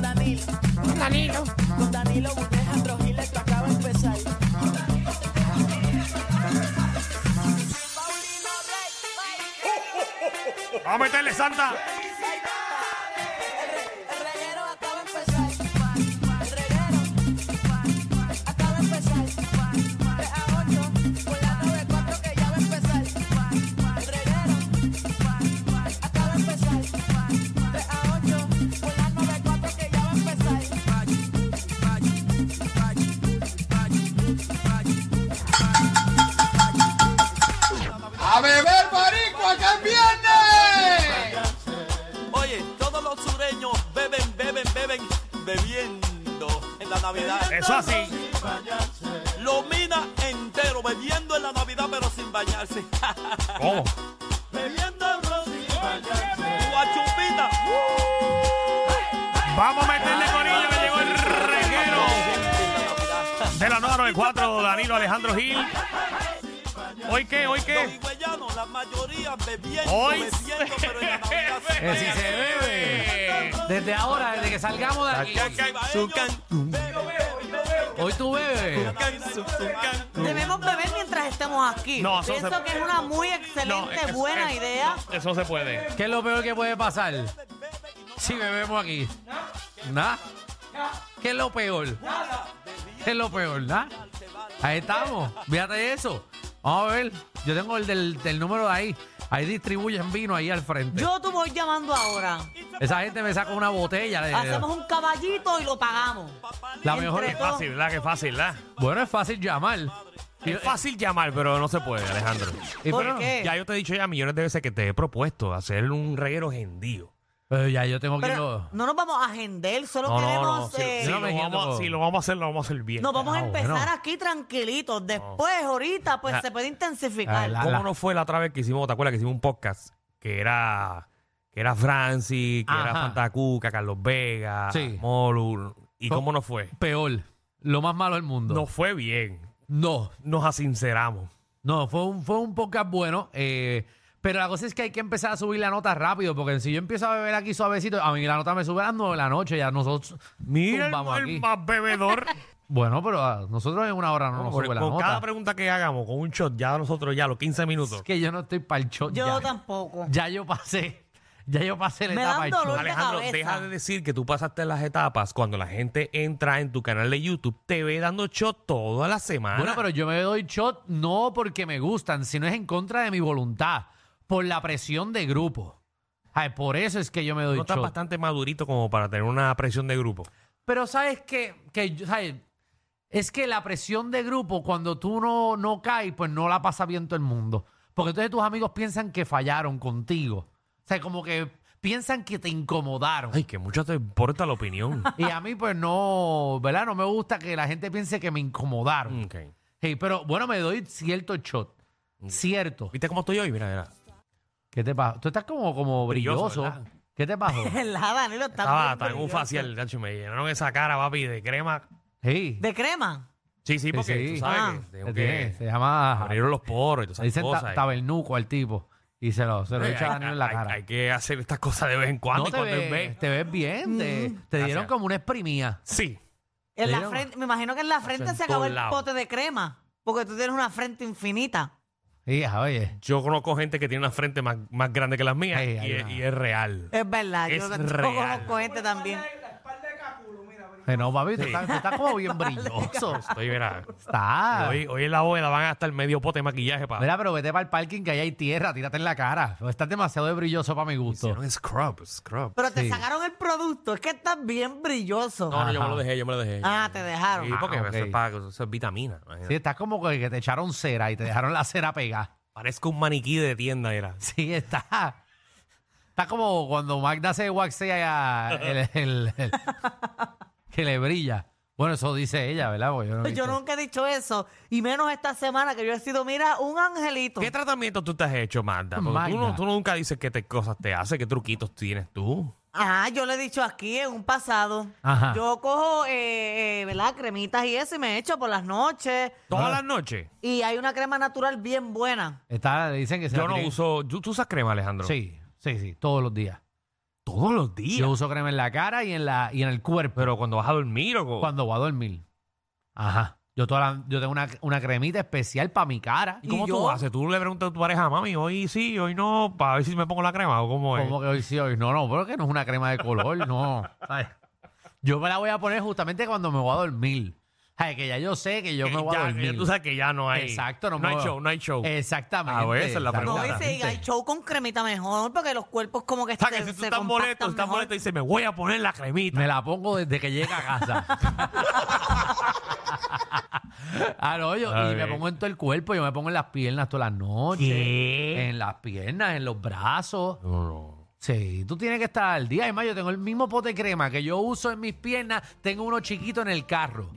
Danilo. Danilo. Danilo Alejandro Giles, esto acaba de empezar. Vamos a meterle santa. El reguero acaba de empezar. El reguero acaba de empezar. 3 a 8, por la 94 que ya va a empezar. El reguero acaba de empezar. 3 a 8, por la 94 que ya va a empezar. ¡A beber marico que es viernes! Oye, todos los sureños beben, beben, beben, bebiendo en la Navidad. Eso así. Lo mina entero, bebiendo en la Navidad, pero sin bañarse. Oh. ¿Cómo? bebiendo arroz sin bañarse. Guachupita. Vamos a meterle corillo que llegó el reguero. De la 994, Danilo Alejandro Gil. ¿Hoy qué? ¿Hoy Los qué? higüeyanos, la mayoría bebiendo, Hoy bebiendo, pero en la Navidad se Que si bañan. se bebe. Desde ahora, desde que salgamos de aquí. Hoy tú bebes. Debemos beber mientras estemos aquí. No, eso Pienso se- que es una muy excelente, es- buena es- idea. Eso no se puede. ¿Qué es lo peor que puede pasar? Si bebemos aquí. ¿Nada? ¿Qué es lo peor? ¿Qué es lo peor? ¿Nada? Ahí estamos. Fíjate eso. Vamos a ver. Yo tengo el del, del número de ahí. Ahí distribuyen vino ahí al frente. Yo tú voy llamando ahora. Eh. Esa gente me saca una botella. de- Hacemos un caballito y lo pagamos. la mejor. entre Qué fácil, ¿verdad? Qué fácil, ¿verdad? Bueno, es fácil llamar. Es fácil llamar, pero no se puede, Alejandro. Y ¿Por pero- qué? Ya yo te he dicho ya millones de veces que te he propuesto hacer un reguero gendío. Pero ya yo tengo que ir Pero lo- no nos vamos a agender, solo No, no, no. queremos... Si, eh, si no lo me siento- vamos, si lo vamos a hacer, lo vamos a hacer bien. nos vamos a Ah, empezar bueno. aquí tranquilitos. Después, ahorita, pues Ah. se puede Ah, intensificar. la- ¿Cómo no fue la otra vez que hicimos, te acuerdas que hicimos un podcast que era que era Francis, que era Ajá. Fantacuca, Carlos Vega, Sí. Molu, y Co- cómo no fue? Peor. Lo más malo del mundo. Nos fue bien. No, Nos asinceramos. no, fue un, fue un podcast bueno. eh, pero la cosa es que hay que empezar a subir la nota rápido, porque si yo empiezo a beber aquí suavecito, a mí la nota me sube a las 9 de la noche, ya nosotros Mira, el, tumbamos el aquí. más bebedor. Bueno, pero a nosotros en una hora no nos Por- sube la con cada nota. pregunta que hagamos, con un shot, ya nosotros ya a los 15 minutos. Es que yo no estoy para el shot Yo ya. tampoco. Ya yo pasé, ya yo pasé la Me etapa dan del dolor shot. de- Alejandro, cabeza. deja de decir que tú pasaste las etapas cuando la gente entra en tu canal de YouTube, te ve dando shot toda la semana. Bueno, pero yo me doy shot no porque me gustan, sino es en contra de mi voluntad, por la presión de grupo. Ay, por eso es que yo me doy no estás shot. bastante madurito como para tener una presión de grupo. Pero sabes que, que yo- ¿sabes? es que la presión de grupo, cuando tú no, no caes, pues no la pasa bien todo el mundo. Porque entonces tus amigos piensan que fallaron contigo. O sea, como que piensan que te incomodaron. Ay, que mucho te importa la opinión. Y a mí, pues no, ¿verdad? No me gusta que la gente piense que me incomodaron. Ok. Sí, pero bueno, me doy cierto shot. Mm. Cierto. ¿Viste cómo estoy hoy? Mira, mira. ¿Qué te pasa? Tú estás como, como Brilloso, brilloso. ¿verdad? ¿Qué te pasó? La Danilo está Estaba bien tan un brilloso. facial, gacho, me llenaron esa cara, papi, de crema. Sí. ¿De crema? Sí, sí, porque sí. tú sabes Ah. que tengo Tiene- que Se llama... abrieron los poros y todas Le esas dicen ta- cosas. Eh, tabernuco al tipo. Y se lo, se lo Hay- echa a Daniel en la hay- cara. Hay que hacer estas cosas de vez en no cuando. y te, cuando ves, es vez- te ves bien. Te, te dieron Gracias. como una exprimía. Sí. En la Mira. frente, me imagino que en la frente en se acabó todos el lados. pote de crema, porque tú tienes una frente infinita. Y, ah, oye. Yo conozco gente que tiene una frente más, más grande que las mías Ay, y, hay es, una- y es real. Es verdad, Es yo yo real. conozco gente también. eh, no, papi, tú Sí. estás, tú estás como bien brilloso. Estoy, mira. Está. Hoy, hoy en la bóveda van a gastar medio pote de maquillaje para. Ah. Mira, pero vete para el parking que ahí hay tierra, tírate en la cara. Estás demasiado de brilloso para mi gusto. Hicieron scrub, scrub. Pero te Sí. sacaron el producto, es que estás bien brilloso. No, no, yo me Ajá. lo dejé, yo me lo dejé. Ah, te dejaron. Sí, porque Ah, ok. eso, es para, eso es vitamina. imagínate. Sí, estás como que que te echaron cera y te dejaron la cera pegada. Parezco un maniquí de tienda, era. Sí, está. Está como cuando Magda se waxea el, el- el- que le brilla. Bueno, eso dice ella, ¿verdad? Porque yo no he Pues Yo visto. nunca he dicho eso, y menos esta semana que yo he sido, mira, un angelito. ¿Qué tratamiento tú te has hecho, Magda? Porque Tú, Magda. no- tú nunca dices qué te- cosas te hace, qué truquitos tienes tú. Ajá, Ah, yo le he dicho aquí en un pasado. Ah. Ajá. Yo cojo, eh, eh, ¿verdad? Cremitas y eso, y me echo por las noches. Todas las noches. Y hay una crema natural bien buena. Está, dicen que se Yo la no tienen- uso. ¿Tú, tú usas crema, Alejandro? Sí, sí, sí, todos los días. Todos los días. Yo uso crema en la cara y en, la, y en el cuerpo. Pero cuando vas a dormir o co- cuando voy a dormir. Ajá. Yo, toda la- yo tengo una, una cremita especial para mi cara. ¿Y cómo ¿Y tú yo? haces? ¿Tú le preguntas a tu pareja, mami, hoy sí, hoy no, para ver si me pongo la crema o cómo es? Como que hoy sí, hoy no, no, porque no es una crema de color, no. ¿sabes? Yo me la voy a poner justamente cuando me voy a dormir. ¿Sabes? Que ya yo sé que yo Que me voy ya- a que dormir. Tú sabes que ya no hay. Exacto, no, no me hay voy a- show, no hay show. Exactamente. Ah, pues, esa es la No, pregunta. y Exactamente. si hay show con cremita mejor, porque los cuerpos como que O sea, se- que si tú se estás compactan molesto, estás mejor. molesto y dices, me voy a poner la cremita. Me la pongo desde que llega a casa. ah, no, yo, Ay. y me pongo en todo el cuerpo, yo me pongo en las piernas todas las noches. ¿Qué? En las piernas, en los brazos. No, no. Sí, tú tienes que estar al día. Además, yo tengo el mismo pote de crema que yo uso en mis piernas, tengo uno chiquito en el carro.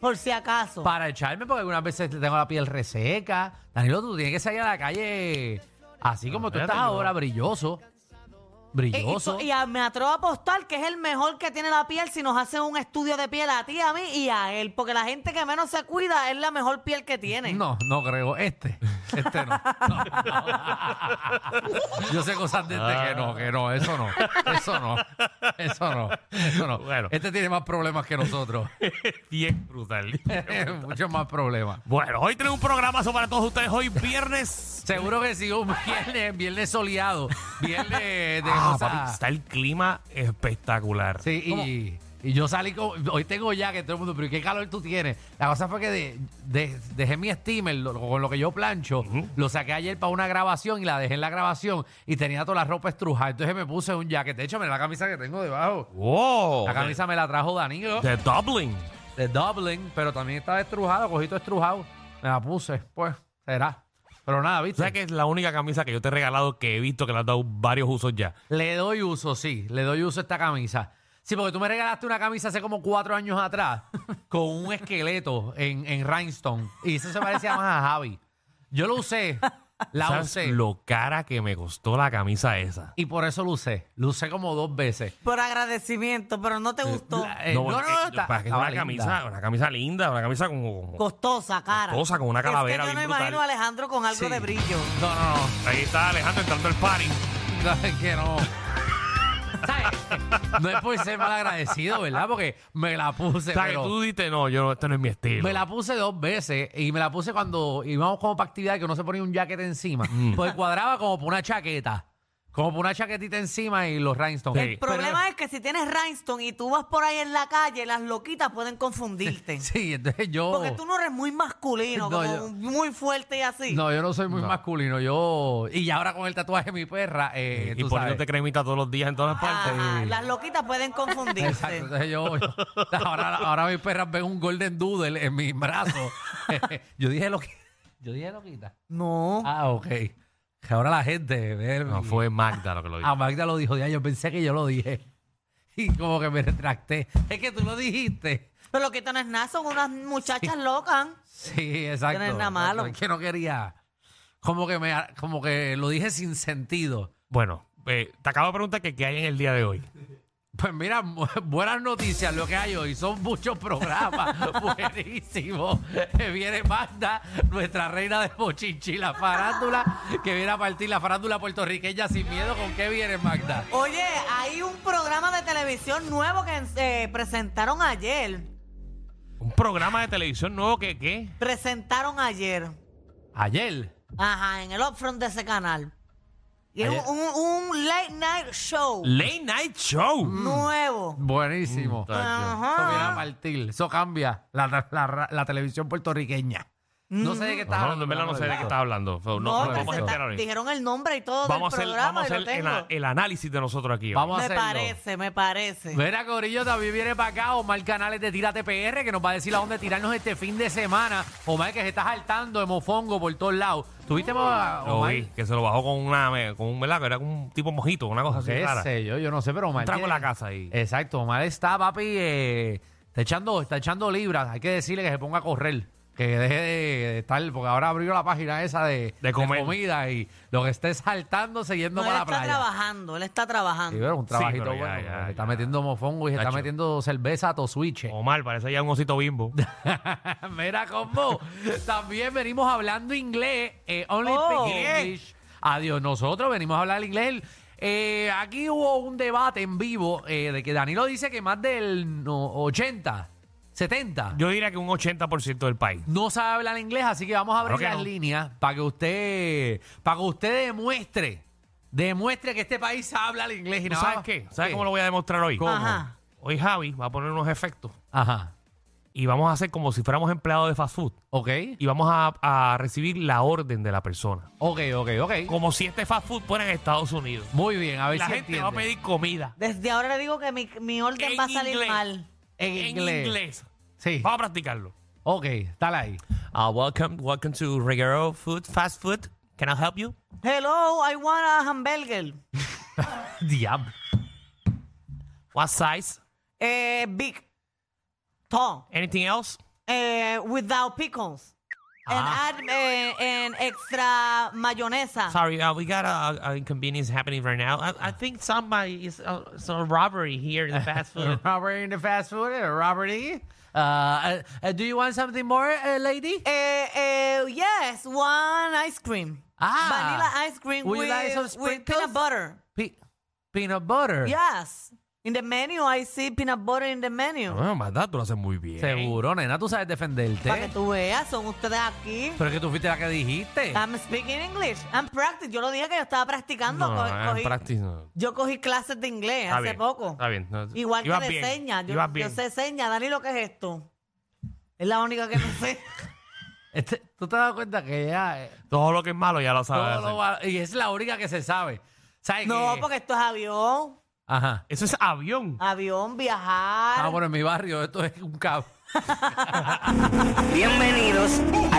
Por si acaso. Para echarme, porque algunas veces tengo la piel reseca. Danilo, tú tienes que salir a la calle así como tú espérate, estás yo- ahora, brilloso. Eh, Y- y, Brilloso. y a- me atrevo a apostar que es el mejor que tiene la piel si nos hacen un estudio de piel a ti, a mí y a él. Porque la gente que menos se cuida es la mejor piel que tiene. No, no creo. Este. Este no. No, no. Yo sé cosas de este que no, que no. Eso no. Eso no. Eso no. Eso no. Bueno. Este tiene más problemas que nosotros. Bien brutal. Muchos más problemas. bueno, hoy tenemos un programazo para todos ustedes. Hoy viernes. Seguro que sí, un viernes, viernes soleado, viernes de Ah, cosas- papi, está el clima espectacular. Sí, y, y yo salí con, hoy tengo ya que todo el mundo, pero ¿y qué calor tú tienes? La cosa fue que de- de- dejé mi steamer lo- con lo que yo plancho, lo saqué ayer para una grabación y la dejé en la grabación y tenía toda la ropa estrujada, entonces me puse un jacket, de hecho, mira la camisa que tengo debajo. Wow. La camisa me la trajo Danilo De, de Dublin. de Dublin, pero también estaba estrujada, cogito estrujado. Me la puse, pues, será. Pero nada, O ¿viste? sea que es la única camisa que yo te he regalado que he visto que le has dado varios usos ya. Le doy uso, sí, le doy uso a esta camisa. Sí, porque tú me regalaste una camisa hace como cuatro años atrás con un esqueleto en, en rhinestone y eso se parecía más a Javi. Yo lo usé, la ¿Sabes usé lo cara que me costó la camisa esa? y por eso lo usé. Lo usé como dos veces. Por agradecimiento, pero no te gustó. La- eh, no, no, porque- no, está- para que estaba una linda. camisa, una camisa linda, una camisa como... Costosa, cara. Costosa, con una Es que yo calavera bien no brutal. imagino a Alejandro con algo Sí. de brillo. No, no, no. Ahí está Alejandro entrando al party. No, es que no. ¿Sabes? No es por ser mal agradecido, ¿verdad? Porque me la puse. O sea, que pero- tú diste, no, yo no, este no es mi estilo. Me la puse dos veces y me la puse cuando íbamos como para actividad que uno se ponía un jacket encima. Mm. Pues cuadraba como por una chaqueta. Como por una chaquetita encima y los rhinestones. Sí. El problema es que si tienes rhinestone y tú vas por ahí en la calle, las loquitas pueden confundirte. Sí, entonces yo. Porque tú no eres muy masculino, No, como yo- muy fuerte y así. No, yo no soy muy masculino. Yo. Y ya ahora con el tatuaje de mi perra. Eh, y tú poniéndote sabes. Ah, cremita todos los días en todas partes. Ajá, Ah, las loquitas pueden confundirse. Exacto. Entonces yo. yo- ahora, ahora mis perras ven un Golden Doodle en mis brazos. yo dije lo que. Yo dije loquita. No. Ah, ok. Que ahora la gente. ve- No, fue Magda lo que lo dijo. A Ah, Magda lo dijo ya, yo pensé que yo lo dije. Y como que me retracté. Es que tú lo dijiste. Pero lo que no es nada, son unas muchachas locas. Sí, exacto. No es nada malo. Es que no quería. Como que me como que lo dije sin sentido. Bueno, eh, te acabo de preguntar que qué hay en el día de hoy. Pues mira, mu- buenas noticias lo que hay hoy. Son muchos programas. Buenísimo. Eh, Viene Magda, nuestra reina de Bochinchi, la farándula, que viene a partir la farándula puertorriqueña sin miedo. ¿Con qué viene Magda? Oye, hay un programa de televisión nuevo que eh, presentaron ayer. Un programa de televisión nuevo que qué. Presentaron ayer. Ayer. Ajá, en el upfront de ese canal. Y es Ayer. un, un- un late night show Late Night Show. Mm, nuevo. Buenísimo. Eso viene a Ajá. partir. Eso cambia la, la- la televisión puertorriqueña. Mm. No sé de qué estás No, no, hablando. en verdad no sé de qué estás hablando. No, No, no, que vamos a se enterar está- ahorita. dijeron el nombre y todo Vamos a del hacer, programa vamos y a hacer eh, lo tengo. el, el análisis de nosotros aquí. hoy. Vamos a me hacerlo. parece, me parece. Mira, Corillo, también viene para acá Omar Canales de Tírate PR, que nos va a decir a dónde tirarnos este fin de semana. Omar, que se está saltando de mofongo por todos lados. ¿Tuviste, Omar? Lo vi, que se lo bajó con una con un velaco, era como un tipo mojito, una cosa así ¿Qué rara. sé yo? Yo no sé, pero Omar. Trago en tiene- la casa ahí. Exacto, Omar está, papi, eh, está, echando, está echando libras. Hay que decirle que se ponga a correr, que deje de, de estar, porque ahora abrió la página esa de, De comer. comida y lo que esté saltando se yendo no, él para está la playa. trabajando, él está Sí, trabajando. pero un Sí, pero trabajito ya, bueno. ya, se está ya. metiendo mofongo y se está Nacho. metiendo cerveza a Tosuiche. Omar, parece ya un osito bimbo. Mira cómo. También venimos hablando inglés. eh, only Oh. speak English. Adiós. Nosotros venimos a hablar inglés. El, Eh, aquí hubo un debate en vivo eh, de que Danilo dice que más del no, 80, 70 Yo diría que un 80% del país. no sabe hablar inglés, así que vamos a abrir Claro que las no. líneas para que usted para que usted demuestre demuestre que este país sabe hablar inglés y ¿Tú nada sabes más. qué? ¿Sabes cómo lo voy a demostrar hoy? ¿Cómo? Ajá. Hoy Javi va a poner unos efectos Ajá. y vamos a hacer como si fuéramos empleados de fast food Ok. y vamos a, a recibir la orden de la persona. Ok, ok, ok. Como si este fast food fuera en Estados Unidos. Muy bien, Pues a ver La si gente entiende. va a pedir comida Desde ahora le digo que mi, mi orden En va a salir inglés. mal. en en inglés. inglés. Sí. Vamos a practicarlo. Ok, dale ahí. Ah, welcome, welcome to Regaro Food, fast food. Can I help you? Hello, I want a hamburger. Diablo. What size? Eh, big. Tom. Anything else? Eh, without pickles. And add eh, an extra mayonesa. Sorry, uh, we got a, a inconvenience happening right now. I, I think somebody is uh, some robbery here in the fast food. Robert in the fast food, uh, Robert E. Uh, uh, uh, do you want something more, uh, lady? Eh, eh, yes, one ice cream. Ah. Vanilla ice cream Would you with, like some with sprinkles? peanut butter. Pe- peanut butter. Yes. In the menu, I see peanut butter in the menu. Bueno, Magda, tú lo haces muy bien. Seguro, nena, tú sabes Para que defenderte. tú veas, son ustedes aquí. Pero es que tú fuiste la que dijiste. I'm speaking English. I'm practicing. Yo lo dije que yo estaba practicando. No, co- en cogí- práctica no. yo cogí clases de inglés Está hace bien, poco. está bien. No, Igual ibas que de bien, señas. Yo, ibas yo bien. sé señas. Dani, ¿lo que es esto? Es la única que me sé. Este- tú te das cuenta que ya. eh, Todo lo que es malo ya lo sabes. todo hacer. lo va- y es la única que se sabe. ¿Sabes no, que- porque esto es avión. Ajá. Eso es avión. Avión, viajar. Ah, Ah, bueno, en mi barrio esto es un cabo. Bienvenidos